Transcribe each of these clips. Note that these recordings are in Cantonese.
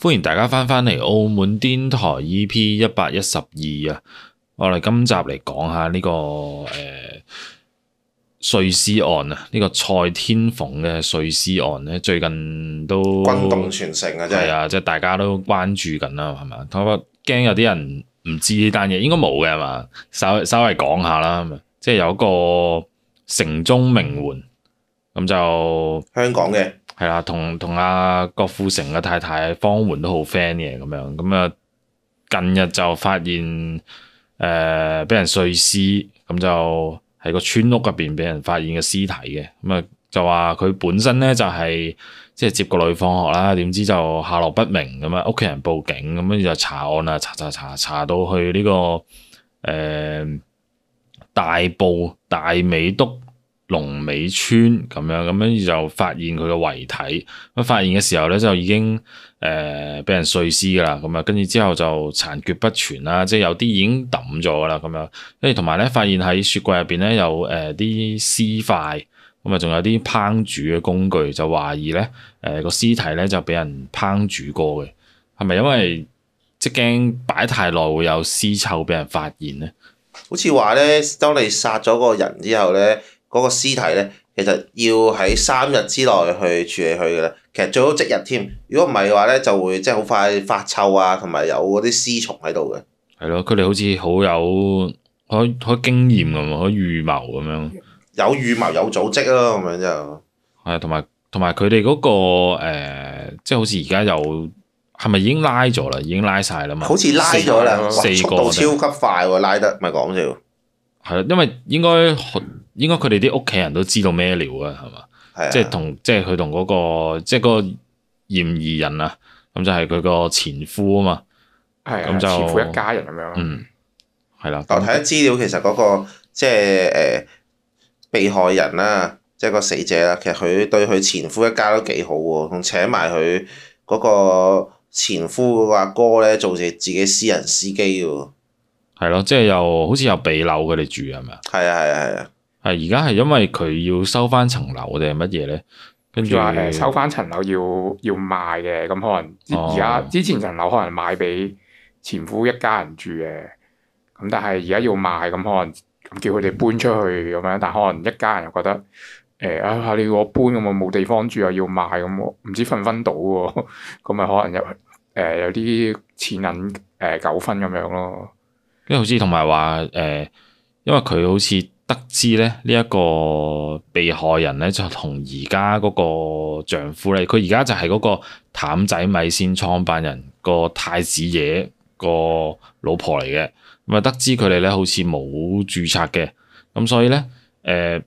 歡迎大家翻返嚟澳門癲台 EP 一百一十二啊！我哋今集嚟講下呢、個誒、呃碎屍案啊，呢、個蔡天鳳嘅碎屍案咧，最近都轟動全城啊！真哦係係啊，即係大家都關注緊啊啦，係嘛？我驚有啲人唔知呢單嘢，應該冇嘅係嘛？稍稍微講下啦，咁啊即係有個城中名媛，咁就香港嘅係啦，同同阿郭富城嘅太太方媛都好 friend 嘅咁樣，咁啊近日就發現誒俾、人碎屍，咁就喺個村屋入邊俾人發現嘅屍體嘅，咁啊就話佢本身咧就係、即係接個女放學啦，點知就下落不明咁啊，屋企人報警，咁跟住就查案啊啦，查查查查到去呢、個呃誒、大埔大美督龍尾村咁樣，咁跟住就發現佢嘅遺體。咁發現嘅時候咧，就已經誒俾、人碎屍噶啦，咁啊，跟住之後就殘缺不全啦，即係有啲已經抌咗噶啦，咁樣。跟住同埋咧，發現喺雪櫃入邊咧有誒啲屍塊。咁啊，仲有啲烹煮嘅工具，就懷疑咧，誒個屍體咧就俾人烹煮過嘅，係咪因為即係驚擺太耐會有屍臭俾人發現咧？好似話咧，當你殺咗個人之後咧，嗰、個屍體咧，其實要喺三日之內去處理佢嘅啦。其實最好即日添，如果唔係嘅話咧，就會即係好快發臭啊，同埋有嗰啲屍蟲喺度嘅。係咯，佢哋好似好有好好經驗咁啊喎，好預謀咁樣。有預謀有組織咯，咁樣嗯就係同埋同埋佢哋嗰個、呃、即係好似而家有係咪已經拉咗啦？已經拉晒啦嘛。好似拉咗啦，哇四速個度超啫級快喎，拉得咪講笑。係啦，因為應該應該佢哋啲屋企人都知道咩料啊，係嘛？係啊，即係同即係佢同嗰個即係嗰個嫌疑人啊，咁就係佢個前夫啊嘛，係咁咁就就似乎一家人咁樣。嗯，係啦，我睇下資料，其實嗰、個即係誒、呃被害人啦，即係個死者啦，其實佢對佢前夫一家都幾好喎，仲請埋佢嗰個前夫嗰個阿哥咧做自自己私人司機喎。係咯，即係又好似有俾樓佢哋住係咪啊？係啊係啊係啊，係而家係因為佢要收翻層樓定係乜嘢咧？跟跟住住話誒收翻層樓要要賣嘅，咁可能之哦而家之前層樓可能賣俾前夫一家人住嘅，咁但係而家要賣，咁可能咁叫佢哋搬出去咁樣，但可能一家人又覺得誒啊你要我搬咁我冇地方住又要賣咁，我唔知分唔分到喎，咁咪可能有誒、有啲錢銀誒糾紛咁樣咯，因為好似同埋話誒，因為佢好似得知咧呢一個被害人咧就同而家嗰個丈夫咧，佢而家就係嗰個譚仔米線創辦人個太子爺個老婆嚟嘅，咁啊得知佢哋咧好似冇註冊嘅，咁所以咧誒。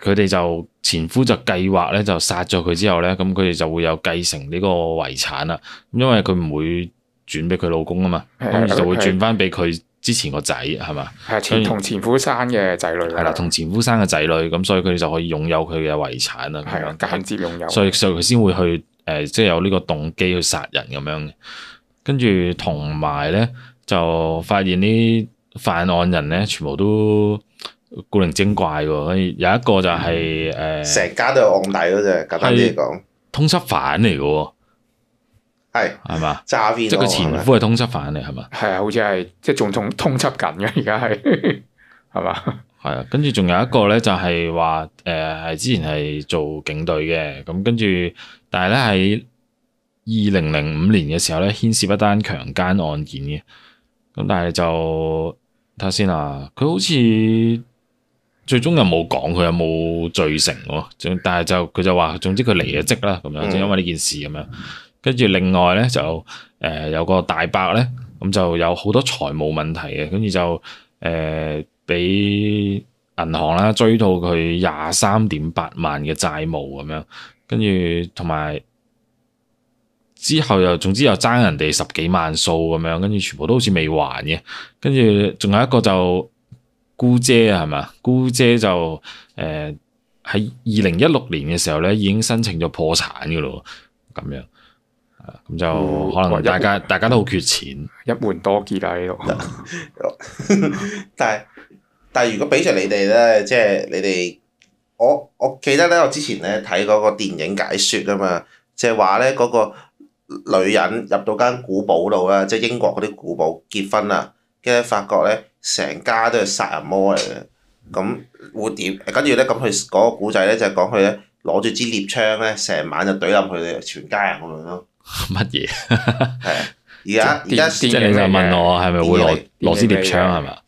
佢哋就前夫就計劃咧，就殺咗佢之後咧，咁佢哋就會有繼承呢個遺產啦。因為佢唔會轉俾佢老公啊嘛，係咁就會係轉翻俾佢之前個仔係嘛，係啊所以前同前夫生嘅仔女係啦，同前夫生嘅仔女，咁所以佢哋就可以擁有佢嘅遺產啊，咁係啊樣間接擁有。所以所以佢先會去誒、呃即係有呢個動機去殺人咁樣嘅。跟住同埋咧，就發現啲犯案人咧，全部都古靈精怪喎。跟住有一個就係、嗯誒、成家都有案底嗰啫，簡單啲嚟講，通緝犯嚟嘅喎，係係嘛？詐騙案。即係佢前夫係通緝犯嚟係嘛？係啊，好似係即係仲仲通緝緊嘅，而家係 係嘛？係啊，跟住仲有一個咧，就係話呃誒係之前係做警隊嘅，咁跟住但係咧喺二零零五年嘅時候咧，牽涉一單強姦案件嘅，咁但係就睇下先啊，佢好似最終又冇講佢有冇罪成喎，總但係就佢就話總之佢離咗職啦，咁樣，嗯即係因為呢件事咁樣。跟住另外咧就誒、呃有個大伯咧，咁就有好多財務問題嘅，跟住就誒呃俾、銀行啦追到佢廿三點八萬嘅債務咁樣，跟住同埋之後又總之又爭人哋十幾萬數咁樣，跟住全部都好似未還嘅，跟住仲有一個就姑姐啊，係嘛？姑姐就誒喺二零一六年嘅時候咧已經申請咗破產嘅咯喎，咁樣。係啦咁就嗯可哇能一大家大家都好缺錢，一門多傑啦呢度，但係但係如果俾着你哋咧，即係你哋，我我記得咧，我之前咧睇嗰個電影解説啊嘛，就係話咧嗰個女人入到間古堡度啊啦，即係英國嗰啲古堡結婚啦，跟住發覺咧成家都係殺人魔嚟嘅，咁會點？跟住咧咁佢嗰個古仔咧就係講佢咧攞住支獵槍咧，成晚就懟冧佢哋全家人咁樣咯，乜嘢？係啊！而家而即係家電即係係你就問我係咪會攞電影嚟嘅嗯攞支獵槍係咪啊？啊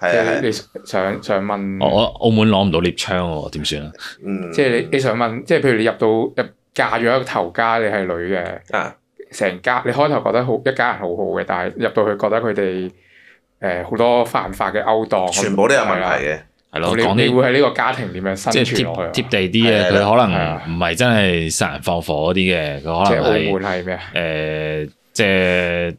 即係啊係你你想想問，我我澳門攞唔到獵槍喎，點算啊？嗯，即係你你想問，即係譬如你入到入嫁咗一個頭家，你係女嘅，啊成家你開頭覺得好一家人好好嘅，但係入到去覺得佢哋誒好多犯法嘅勾當，全部都有問係啦啊題嘅，係咯，你講你啲會喺呢個家庭點樣即生係存貼落去貼啊？地啲嘅，佢係可係能啊唔係真係殺人放火嗰啲嘅，佢即可能係係澳門係咩啊？誒，即係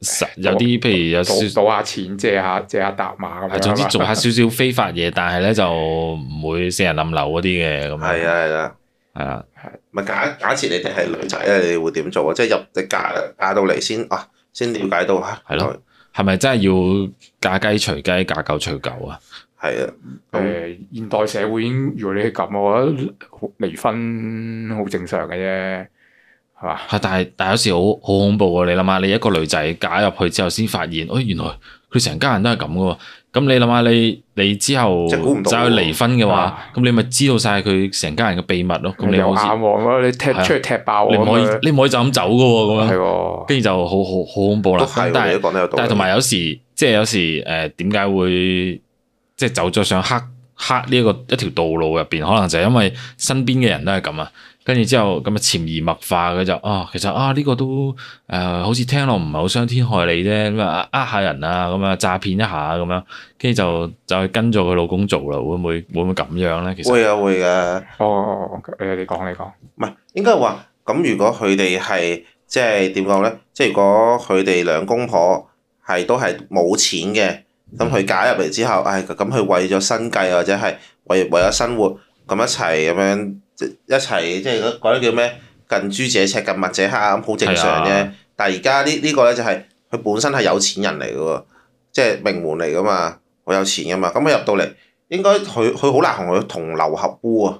實有啲譬如有少賭賭下錢，借下借下搭馬咁樣。係總之做係下嘛少少非法嘢，但係咧就唔會死人冧樓嗰啲嘅咁樣。係啊係啊。係啊，咪假假設你哋係女仔咧，你會點做啊？即係入你嫁嫁到嚟先啊，先了解到啊，係咯，係咪真係要嫁雞隨雞，嫁狗隨狗啊？係啊，咁誒現代社會已經，如果你係咁，我覺得離婚好正常嘅啫，係嘛？係，但係但係有時好好恐怖喎！你諗下，你一個女仔嫁入去之後，先發現，哎，原來佢成家人都係咁嘅喎。咁你諗下，你你之後即係估唔就到喎去離婚嘅話啊，咁你咪知道晒佢成家人嘅秘密咯。咁你又好啱似喎，我覺得你踢係啊出去踢爆我你唔可咁樣以你唔可以就咁走嘅喎，咁係樣喎，哦跟住就好好好恐怖都啦。咁係喎，但你係都講得有道理。但係同埋有時，即係有時誒點解會即係走咗上黑黑呢一個一條道路入邊，可能就係因為身邊嘅人都係咁啊。跟住之後咁啊潛移默化佢就啊，其實啊呢、個都誒、呃好似聽落唔係好傷天害理啫，咁啊呃下人啊，咁啊詐騙一下咁樣，跟住就就去跟咗佢老公做啦，會唔會會唔會咁樣咧？其實會啊會㗎，哦哦，哦誒你講你講，唔係應該話咁。如果佢哋係即係點講咧？即係如果佢哋兩公婆係都係冇錢嘅，咁嗯佢嫁入嚟之後，唉咁佢為咗生計或者係為為咗生活咁一齊咁樣即一齊即係嗰嗰啲叫咩？近朱者赤，近墨者黑咁，好正常係啫啊。但係而家呢呢個咧就係佢本身係有錢人嚟嘅喎，即係名門嚟噶嘛，好有錢噶嘛。咁佢入到嚟，應該佢佢好難同佢同流合污啊。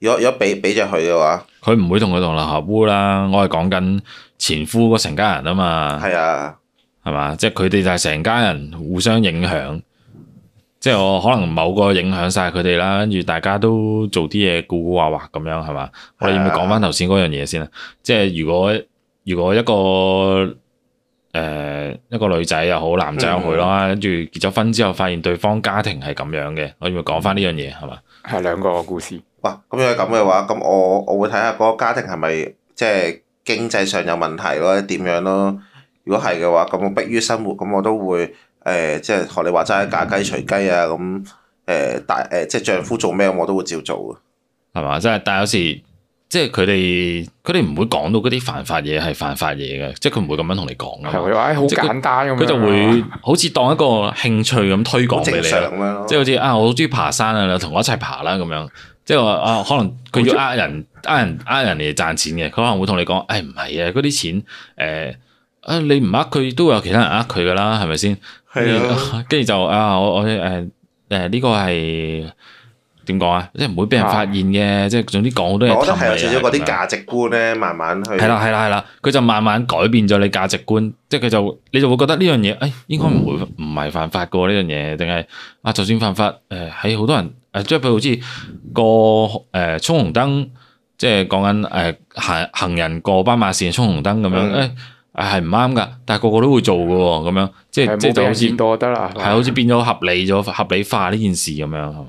如果如果俾俾咗佢嘅話，佢唔會同佢同流合污啦，我係講緊前夫嗰成家人啊嘛。係啊，係嘛？即係佢哋就係成家人互相影響，即係我可能某個影響晒佢哋啦，跟住大家都做啲嘢古古惑惑咁樣，係嘛？我哋要唔要講翻頭先嗰樣嘢先啊？即係如果如果一個誒、呃一個女仔又好，男仔又好啦，跟住結咗婚之後發現對方家庭係咁樣嘅，我要唔要講翻呢樣嘢係嘛？係兩個故事，哇！咁樣咁嘅話，咁我我會睇下嗰個家庭係咪即係經濟上有問題咯，點樣咯？如果係嘅話，咁我迫於生活，咁我都會誒、呃即係學你話齋嫁雞隨雞啊，咁誒大誒，即係丈夫做咩，我都會照做嘅。係嘛？即係但係有時即係佢哋佢哋唔會講到嗰啲犯法嘢係犯法嘢嘅，即係佢唔會咁樣同你講㗎係嘛佢話誒好哦即係佢簡單咁樣，佢就會好似當一個興趣咁推啊好廣俾正你常咯，咁樣咯。即係好似啊，我好中意爬山啊，你同我一齊爬啦咁樣。即係話啊，可能佢要呃人、呃人、呃人嚟賺錢嘅，佢可能會同你講，誒唔係啊，嗰啲錢誒、呃啊你唔呃佢都有其他人呃佢噶啦，係咪先？係啊，跟住就啊，我我誒誒呢個係點講啊？即係唔會俾人發現嘅，即係總之講好多嘢氹你啊。我覺得係有少少嗰咁啲樣價值觀咧，慢慢去係啦，係啦，係啦，佢就慢慢改變咗你價值觀，即係佢就你就會覺得呢樣嘢，誒、哎應該唔會唔係犯法嘅喎呢樣嘢，定係啊就算犯法，誒喺好多人誒，即係譬如好似個誒、呃、衝紅燈，即係講緊誒行行人過斑馬線衝紅燈咁樣，嗯誒誒係唔啱噶，但係個個都會做嘅喎，咁樣即係係即係冇俾就好人似見到就得啦，係係嘛好似變咗合理咗合理化呢件事咁樣，係嘛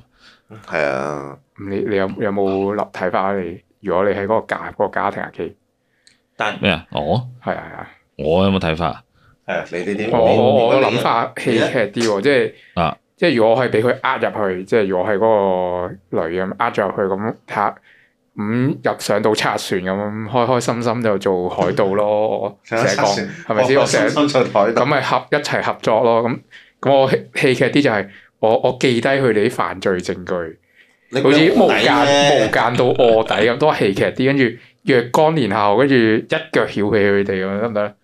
係啊。你你有有冇立睇翻你？如果你喺嗰個嫁嗰個家庭啊，基但咩啊？我係係係。我有冇睇法啊？係啊，你你點？啊我我我諗法法戲劇啲喎，即係啊即係如果我係俾佢呃入去，即係如果係嗰個女咁呃咗入去咁，睇下五入上到拆船咁，開開心心就做海盜咯。我成日上到講賊係咪先？我成日深圳台咁咪合一齊合作咯。咁咁我戲戲劇啲就係我我記低佢哋啲犯罪證據，你好似無底間無間到卧底咁，多戲劇啲。跟住若干年後，跟住一腳翹起佢哋咁樣得唔得？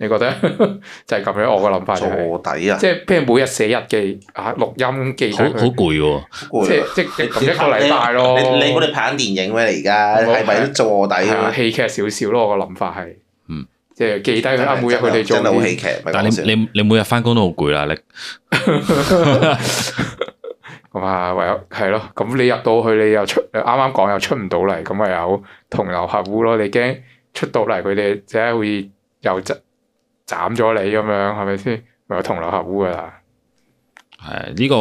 你覺得就係咁樣？我個諗法就係、做底啊，即係譬如每日寫日記啊，錄音記低好好佢，攰喎，攰即啊係即係咁一個禮拜咯。你你估你拍緊電影咩？你而家我係咪都做卧底哦係啊，啊？戲劇少少咯，我個諗法係嗯即係記低佢啊，每日佢哋做真係好戲啲，劇，咪但講係笑你。你你每日翻工都好攰啦，你咁啊唯有係咯。咁你入到去，你又出啱啱講又出唔到嚟，咁咪有同流合污咯。你驚出到嚟佢哋即係會又斬斬咗你咁樣，係咪先？咪有同流合污噶啦。係呢個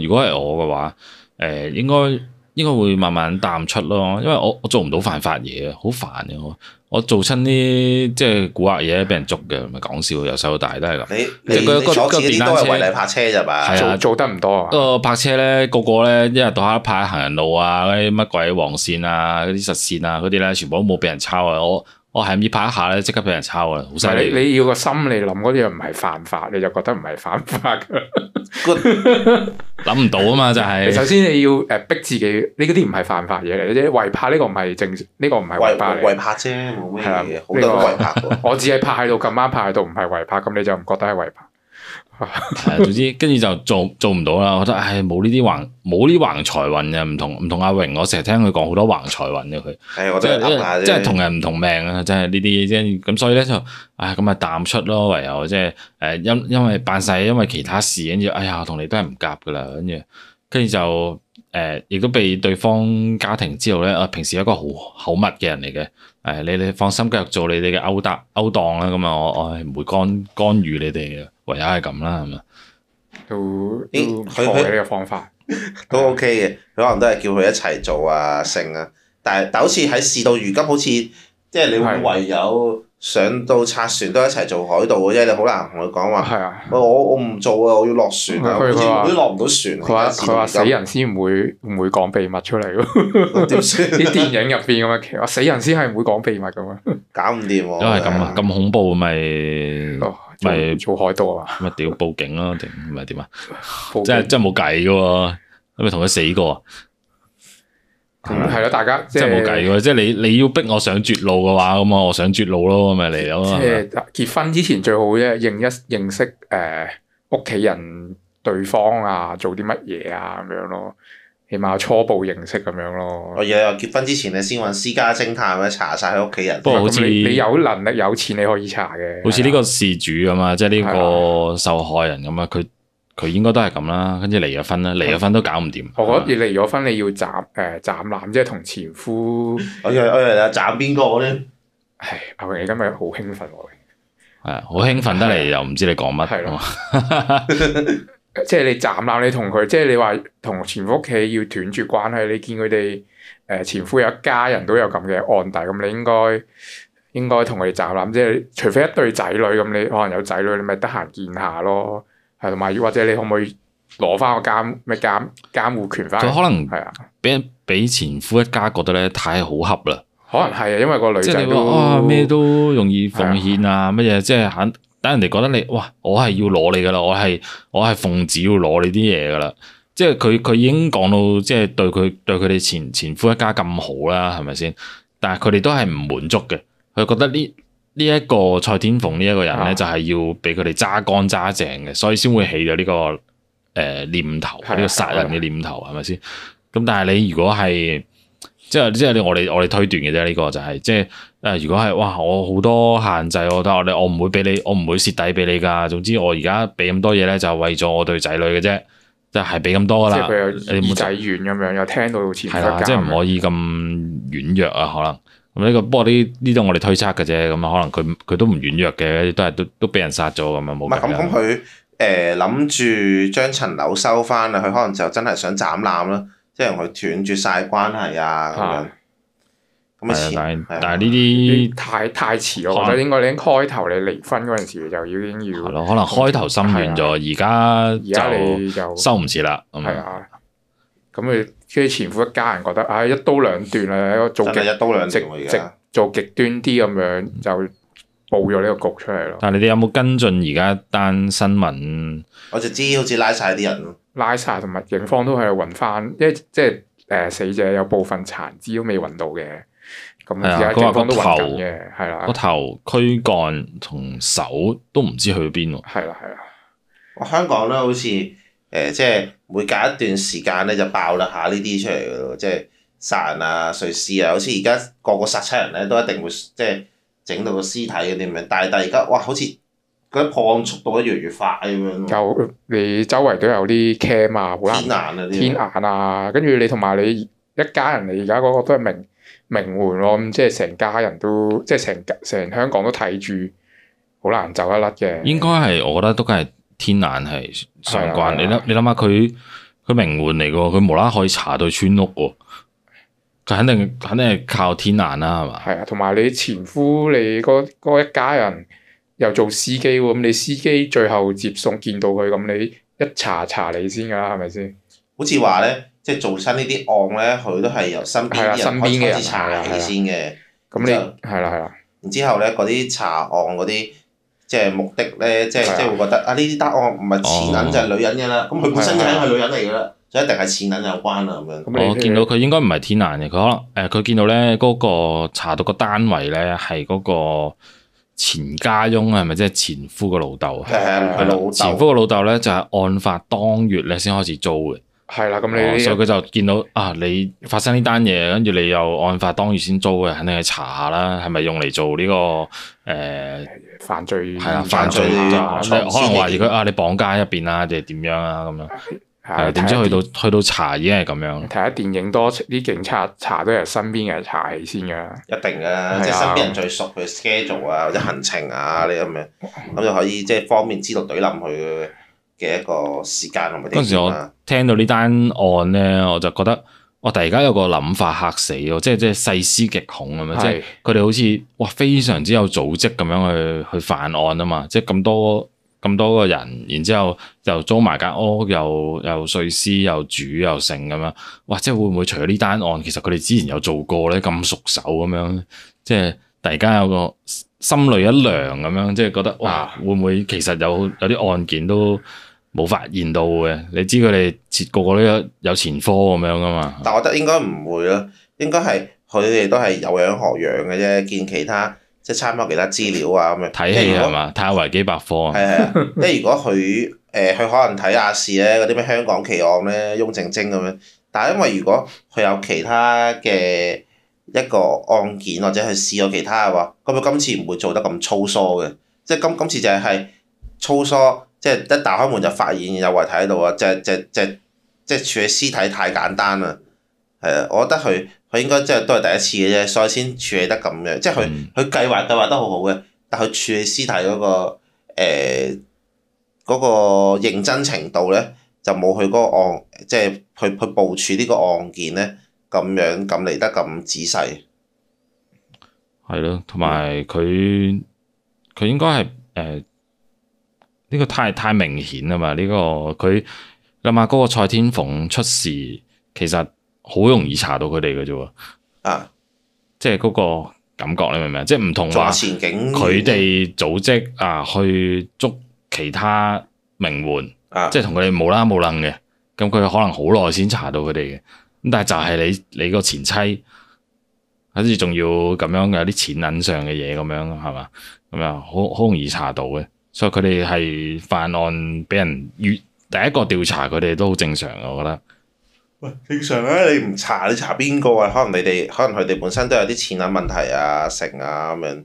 如果係我嘅話，誒、應該應該會慢慢淡出咯，因為我我做唔到犯法嘢啊，好煩嘅我。我做親啲即係古惑嘢，俾人捉嘅，唔係講笑，由細到大都係咁。你即係你你嗰嗰嗰坐自己電啲單都車係為你泊車咋嘛？係啊做做得唔多不。啊過泊車咧，個個咧一日到黑派行人路啊，嗰啲乜鬼黃線啊，嗰啲實線啊，嗰啲咧，全部都冇俾人抄啊！我我係咁意拍一下咧，即刻俾人抄啊，好犀但係你利！你要個心你諗嗰啲嘢唔係犯法，你就覺得唔係犯法㗎。諗唔到啊嘛，就係、首先你要誒逼自己，呢啲唔係犯法嘢嚟嘅啫。違拍呢個唔係正，呢個唔啊係為違拍嚟為嘅。泊啫，冇咩係啊嘢，好多人都為泊 喎。我只係拍喺度咁啱拍喺度，唔係違拍，咁你就唔覺得係違拍。係啊 總之跟住就做做唔到啦。我覺得唉，冇呢啲橫冇呢橫財運嘅，唔同唔同阿榮，我成日聽佢講好多橫財運嘅佢。係我即都係噏下係啫。即係同人唔同命啊！真係呢啲即係咁，所以咧就唉咁咪淡出咯，唯有即係誒因因為扮晒因為其他事，跟住哎呀我同你都係唔夾噶啦，跟住跟住就誒亦、都被對方家庭知道咧，啊平時一個好口密嘅人嚟嘅，誒、你你放心繼續做你哋嘅勾搭勾當啦，咁啊我我係唔會干干預你哋嘅，唯有係咁啦，係咪？都咦都唔佢錯佢嘅呢個方法。都 OK 嘅，佢可能都係叫佢一齊做啊，剩啊，但係但好似喺事到如今，好似即係你會係唯有上到拆船都一齊做海盜嘅啫，你好難同佢講話，係啊，喂我我唔做啊，我要落船啊，佢好佢似話我都落唔到船啊。佢話而家事佢到話如今死人先唔會唔會講秘密出嚟咯。 點算？啲電影入邊咁樣，其實死人先係唔會講秘密咁樣。搞唔掂喎。因為咁啊咁恐怖咪咪哦做咪做海盜啊嘛，屌報警咯，定唔係點啊？報真係警真係冇計噶喎，你咪同佢死過啊！咁係咯，大家即真係冇計係喎，即係你你要逼我上絕路嘅話，咁啊我上絕路咯，咁啊咪嚟即咯。係咪係結婚之前最好啫，認一認識誒屋企人對方啊，做啲乜嘢啊咁樣咯，起碼初步認識咁樣我咯。以為話結婚之前，你先揾私家偵探咧查晒佢屋企人。不過哦好似咁你你有能力有錢你可以查嘅，好似呢係啊個事主咁啊，即係呢個受害人咁啊，佢佢應該都係咁啦，跟住離咗婚啦，離咗婚都搞唔掂。啊我覺得你離咗婚你要斬誒斬攬，即係同前夫。我以為我以為你話斬邊個咧？唉，阿榮你今日好興奮喎！係啊好興奮得嚟，又唔知你講乜係咯咁啊即係你斬攬你同佢，即係你話同前夫屋企要斷絕關係，你見佢哋誒前夫有一家人都有咁嘅案底，咁你應該應該同佢哋斬攬，即係除非一對仔女咁，你可能有仔女，你咪得閒見下咯，係同埋或者你可唔可以攞翻個監咩監監護權翻？佢可能係啊，俾人俾前夫一家覺得咧太好恰啦，可能係啊，因為個女即係仔你話啊都咩都容易奉獻啊乜嘢，即係肯等人哋覺得你哇，我係要攞你噶啦，我係我係奉旨要攞你啲嘢噶啦。即係佢佢已經講到即係對佢對佢哋前前夫一家咁好啦，係咪先？但係佢哋都係唔滿足嘅，佢覺得呢呢一個蔡天鳳呢一個人咧，啊就係要俾佢哋揸乾揸淨嘅，所以先會起咗呢、個誒、呃、念頭，係啊呢個殺人嘅念頭係咪先？咁但係你如果係即係即係你我哋我哋推斷嘅啫，呢、個就係、即係誒、呃如果係哇，我好多限制，我覺得我哋我唔會俾你，我唔會蝕底俾你㗎。總之我而家俾咁多嘢咧，就係為咗我對仔女嘅啫，就係俾咁多即㗎係啦。佢有你冇耳仔軟咁樣，又聽到前夫係一啦，家即係唔咁樣可以咁軟弱啊，可能咁呢個不過呢呢度我哋推測嘅啫，咁啊可能佢佢都唔軟弱嘅，都係都都俾人殺咗咁啊唔冇計係咁咁啦。佢誒諗住將層樓收翻啦，佢可能就真係想斬攬啦，即係同佢斷絕晒關係啊咁樣啊。咁啊係啊錢但係係啊但係呢你啲太太遲咯，可我能覺得應該你已經開頭你離婚嗰陣時就已經要係，咯，可能開頭心軟咗，而而家家你就就收唔切啦。咁係啊啊，咁佢跟住前夫一家人覺得唉一刀兩斷啦，做真極係一刀兩斷直喎而直家。做極端啲咁樣就報咗呢個局出嚟咯，但係你哋有冇跟進而家單新聞？我就知好似拉晒啲人咯，拉晒同埋警方都係揾翻，因為即係誒死者有部分殘肢都未揾到嘅，咁係啊而家佢話警個方都揾頭緊嘅，係啦個，頭、軀幹同手都唔知去邊喎。係啦，係啦，我香港咧好似誒、即係每隔一段時間咧就爆啦下呢啲出嚟嘅咯，即係殺人啊、碎屍啊，好似而家個個殺親人咧都一定會即係整到個屍體嗰啲咁樣。但係但係而家哇，好似嗰啲破案速度越嚟越快咁樣喎，有你周圍都有啲 cam 啊，好天眼難啊啲。天眼啊，跟住你同埋你一家人，你而家嗰個都係名名媛喎，咁即係成家人都即係成成香港都睇住，好難走一甩嘅。應該係我覺得都梗係天眼係相關。你係啊係諗啊你諗下佢佢名媛嚟嘅喎，佢無啦啦可以查到村屋喎，佢肯定肯定係靠天眼啦，係嘛？係啊，同埋你前夫你嗰嗰一家人又做司機喎，咁你司機最後接送見到佢，咁你一查查你先㗎啦，係咪先？好似話咧，即係做親呢啲案咧，佢都係由身係邊啊啲身人邊嘅開人始查係啊係啊起先嘅。咁你之後係啦係啦，然之後咧，嗰啲查案嗰啲即係目的咧，即係係啊即係會覺得啊，呢啲答案唔係錢銀就係女人嘅啦。咁佢本身已經係啊係女人嚟嘅啦，就一定係錢銀有關啦咁樣。咁你我哦見到佢應該唔係天眼嘅，佢可能誒佢見到咧嗰、個查到個單位咧係嗰個前家翁係咪即係前夫個老豆啊？係係佢老前豆夫個老豆咧就係、案發當月咧先開始租嘅，係啦，咁哦所以你佢就見到啊你發生呢單嘢，跟住你又案發當月先租嘅，肯定係查下啦，係咪用嚟做呢、個誒犯罪係啦犯犯罪罪就啊即係可能懷疑先佢啊你綁架入邊啊定係點樣啊咁樣，係啊係點知去到去到查已經係咁樣。睇下電影多啲警察查都係身邊嘅人查起先㗎。一定嘅，係即係身啊邊人最熟佢 schedule 啊，或者行程啊呢啲咁樣，咁就可以即係方便知道懟冧佢嘅一個時間同埋地嗰陣時點我啊。聽到呢單案咧，我就覺得我突然間有個諗法嚇死我，即係即係細思極恐咁樣，即係係佢哋好似哇非常之有組織咁樣去去犯案啊嘛，即係咁多咁多個人，然之後又租埋間屋，又又碎屍，又煮又剩咁樣，哇！即係會唔會除咗呢單案，其實佢哋之前有做過咧，咁熟手咁樣，即係突然間有個心裏一涼咁樣，即係覺得哇，啊會唔會其實有有啲案件都冇發現到嘅？你知佢哋切個個都有有前科咁樣噶嘛？但我覺得應該唔會咯，應該係佢哋都係有樣學樣嘅啫，見其他即係參考其他資料啊咁樣。睇即係戲如果係嘛？睇下維基百科啊，係係啊，即係如果佢誒佢可能睇亞視咧嗰啲咩香港奇案咧，雍正精咁樣，但係因為如果佢有其他嘅一個案件或者佢試過其他嘅話，咁佢今次唔會做得咁粗疏嘅，即係今今次就係係粗疏，即係一打開門就發現有遺體喺度啊，就係就係就係即係處理屍體太簡單啦，係啊，我覺得佢佢應該即係都係第一次嘅啫，所以先處理得咁樣，即係佢嗯佢計劃計劃得好好嘅，但佢處理屍體嗰個。誒呃嗰個認真程度咧，就冇佢嗰個案，即係佢佢部署呢個案件咧，咁樣咁嚟得咁仔細。係咯，同埋佢佢應該係誒呢個太太明顯啊嘛！呢、個佢諗下嗰個蔡天鳳出事，其實好容易查到佢哋嘅啫喎，啊，即係嗰個感覺你明唔明啊？即係唔同仲有話。前景佢哋組織啊去捉其他名媛，啊，即係同佢哋無啦無楞嘅，咁佢可能好耐先查到佢哋嘅。咁但係就係你你個前妻，跟住仲要咁樣有啲錢銀上嘅嘢咁樣，係嘛？咁啊，好好容易查到嘅。所以佢哋係犯案俾人越第一個調查佢哋都好正常嘅，我覺得。喂正常啊！你唔查你查邊個啊？可能你哋可能佢哋本身都有啲錢銀問題啊、成啊咁樣。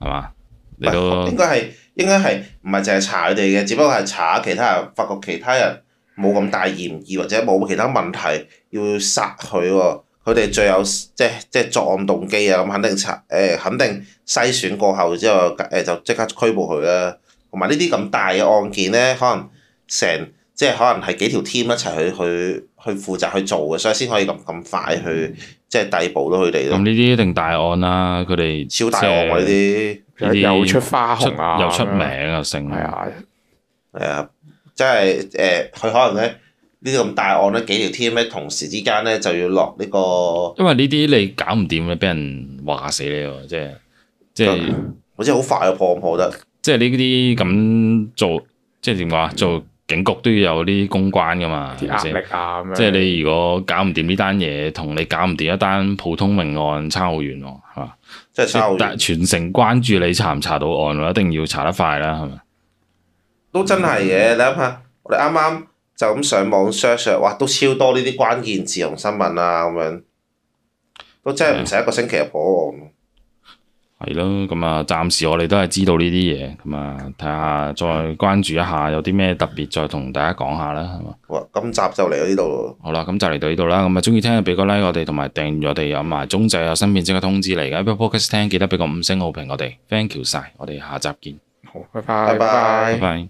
係嘛？你唔係都應該係應該係唔係淨係查佢哋嘅，只不過係查其他人，發覺其他人冇咁大嫌疑或者冇其他問題要殺佢喎。佢哋最有即係即係作案動機啊，咁肯定查誒、肯定篩選過後之後誒、就即刻拘捕佢啦。同埋呢啲咁大嘅案件咧，可能成即係可能係幾條 team 一齊去去去負責去做嘅，所以先可以咁咁快嗯去即係逮捕到佢哋咁咯。呢啲一定大案啦，佢哋超大案喎呢即啲。呢啲又出花係出紅啊，又出名啊，成係啊，係啊，即係誒，佢、可能咧呢啲咁大案咧，幾條 team 咧同時之間咧就要落呢、個因為呢啲你搞唔掂咧，俾人話死你喎，即係即係好似好快啊破唔破得？即係呢啲咁做，即係點講啊？做警局都要有啲公關噶嘛，啲係咪壓力先？啊咁樣。即係你如果搞唔掂呢單嘢，同你搞唔掂一單普通命案差好遠喎，係嘛？即係差好但係遠，全城關注你查唔查到案喎，一定要查得快啦，係咪？都真係嘅。嗯你諗下，我哋啱啱就咁上網 search 啊，哇，都超多呢啲關鍵字同新聞啊咁樣，都真係唔使一個星期就破案。係咯，咁啊，暫時我哋都係知道呢啲嘢，咁啊，睇下再關注一下有啲咩特別，再同大家講下啦，係嘛？哇，今集就嚟到呢度咯。好啦，咁就嚟到呢度啦。咁啊，中意聽就俾個 like 我哋，同埋訂閱我哋，有埋鐘仔有啊新片即刻通知嚟嘅。Apple Podcast 聽記得俾個五星好評我哋，thank you 晒，我哋下集見，好，拜拜，拜拜拜拜。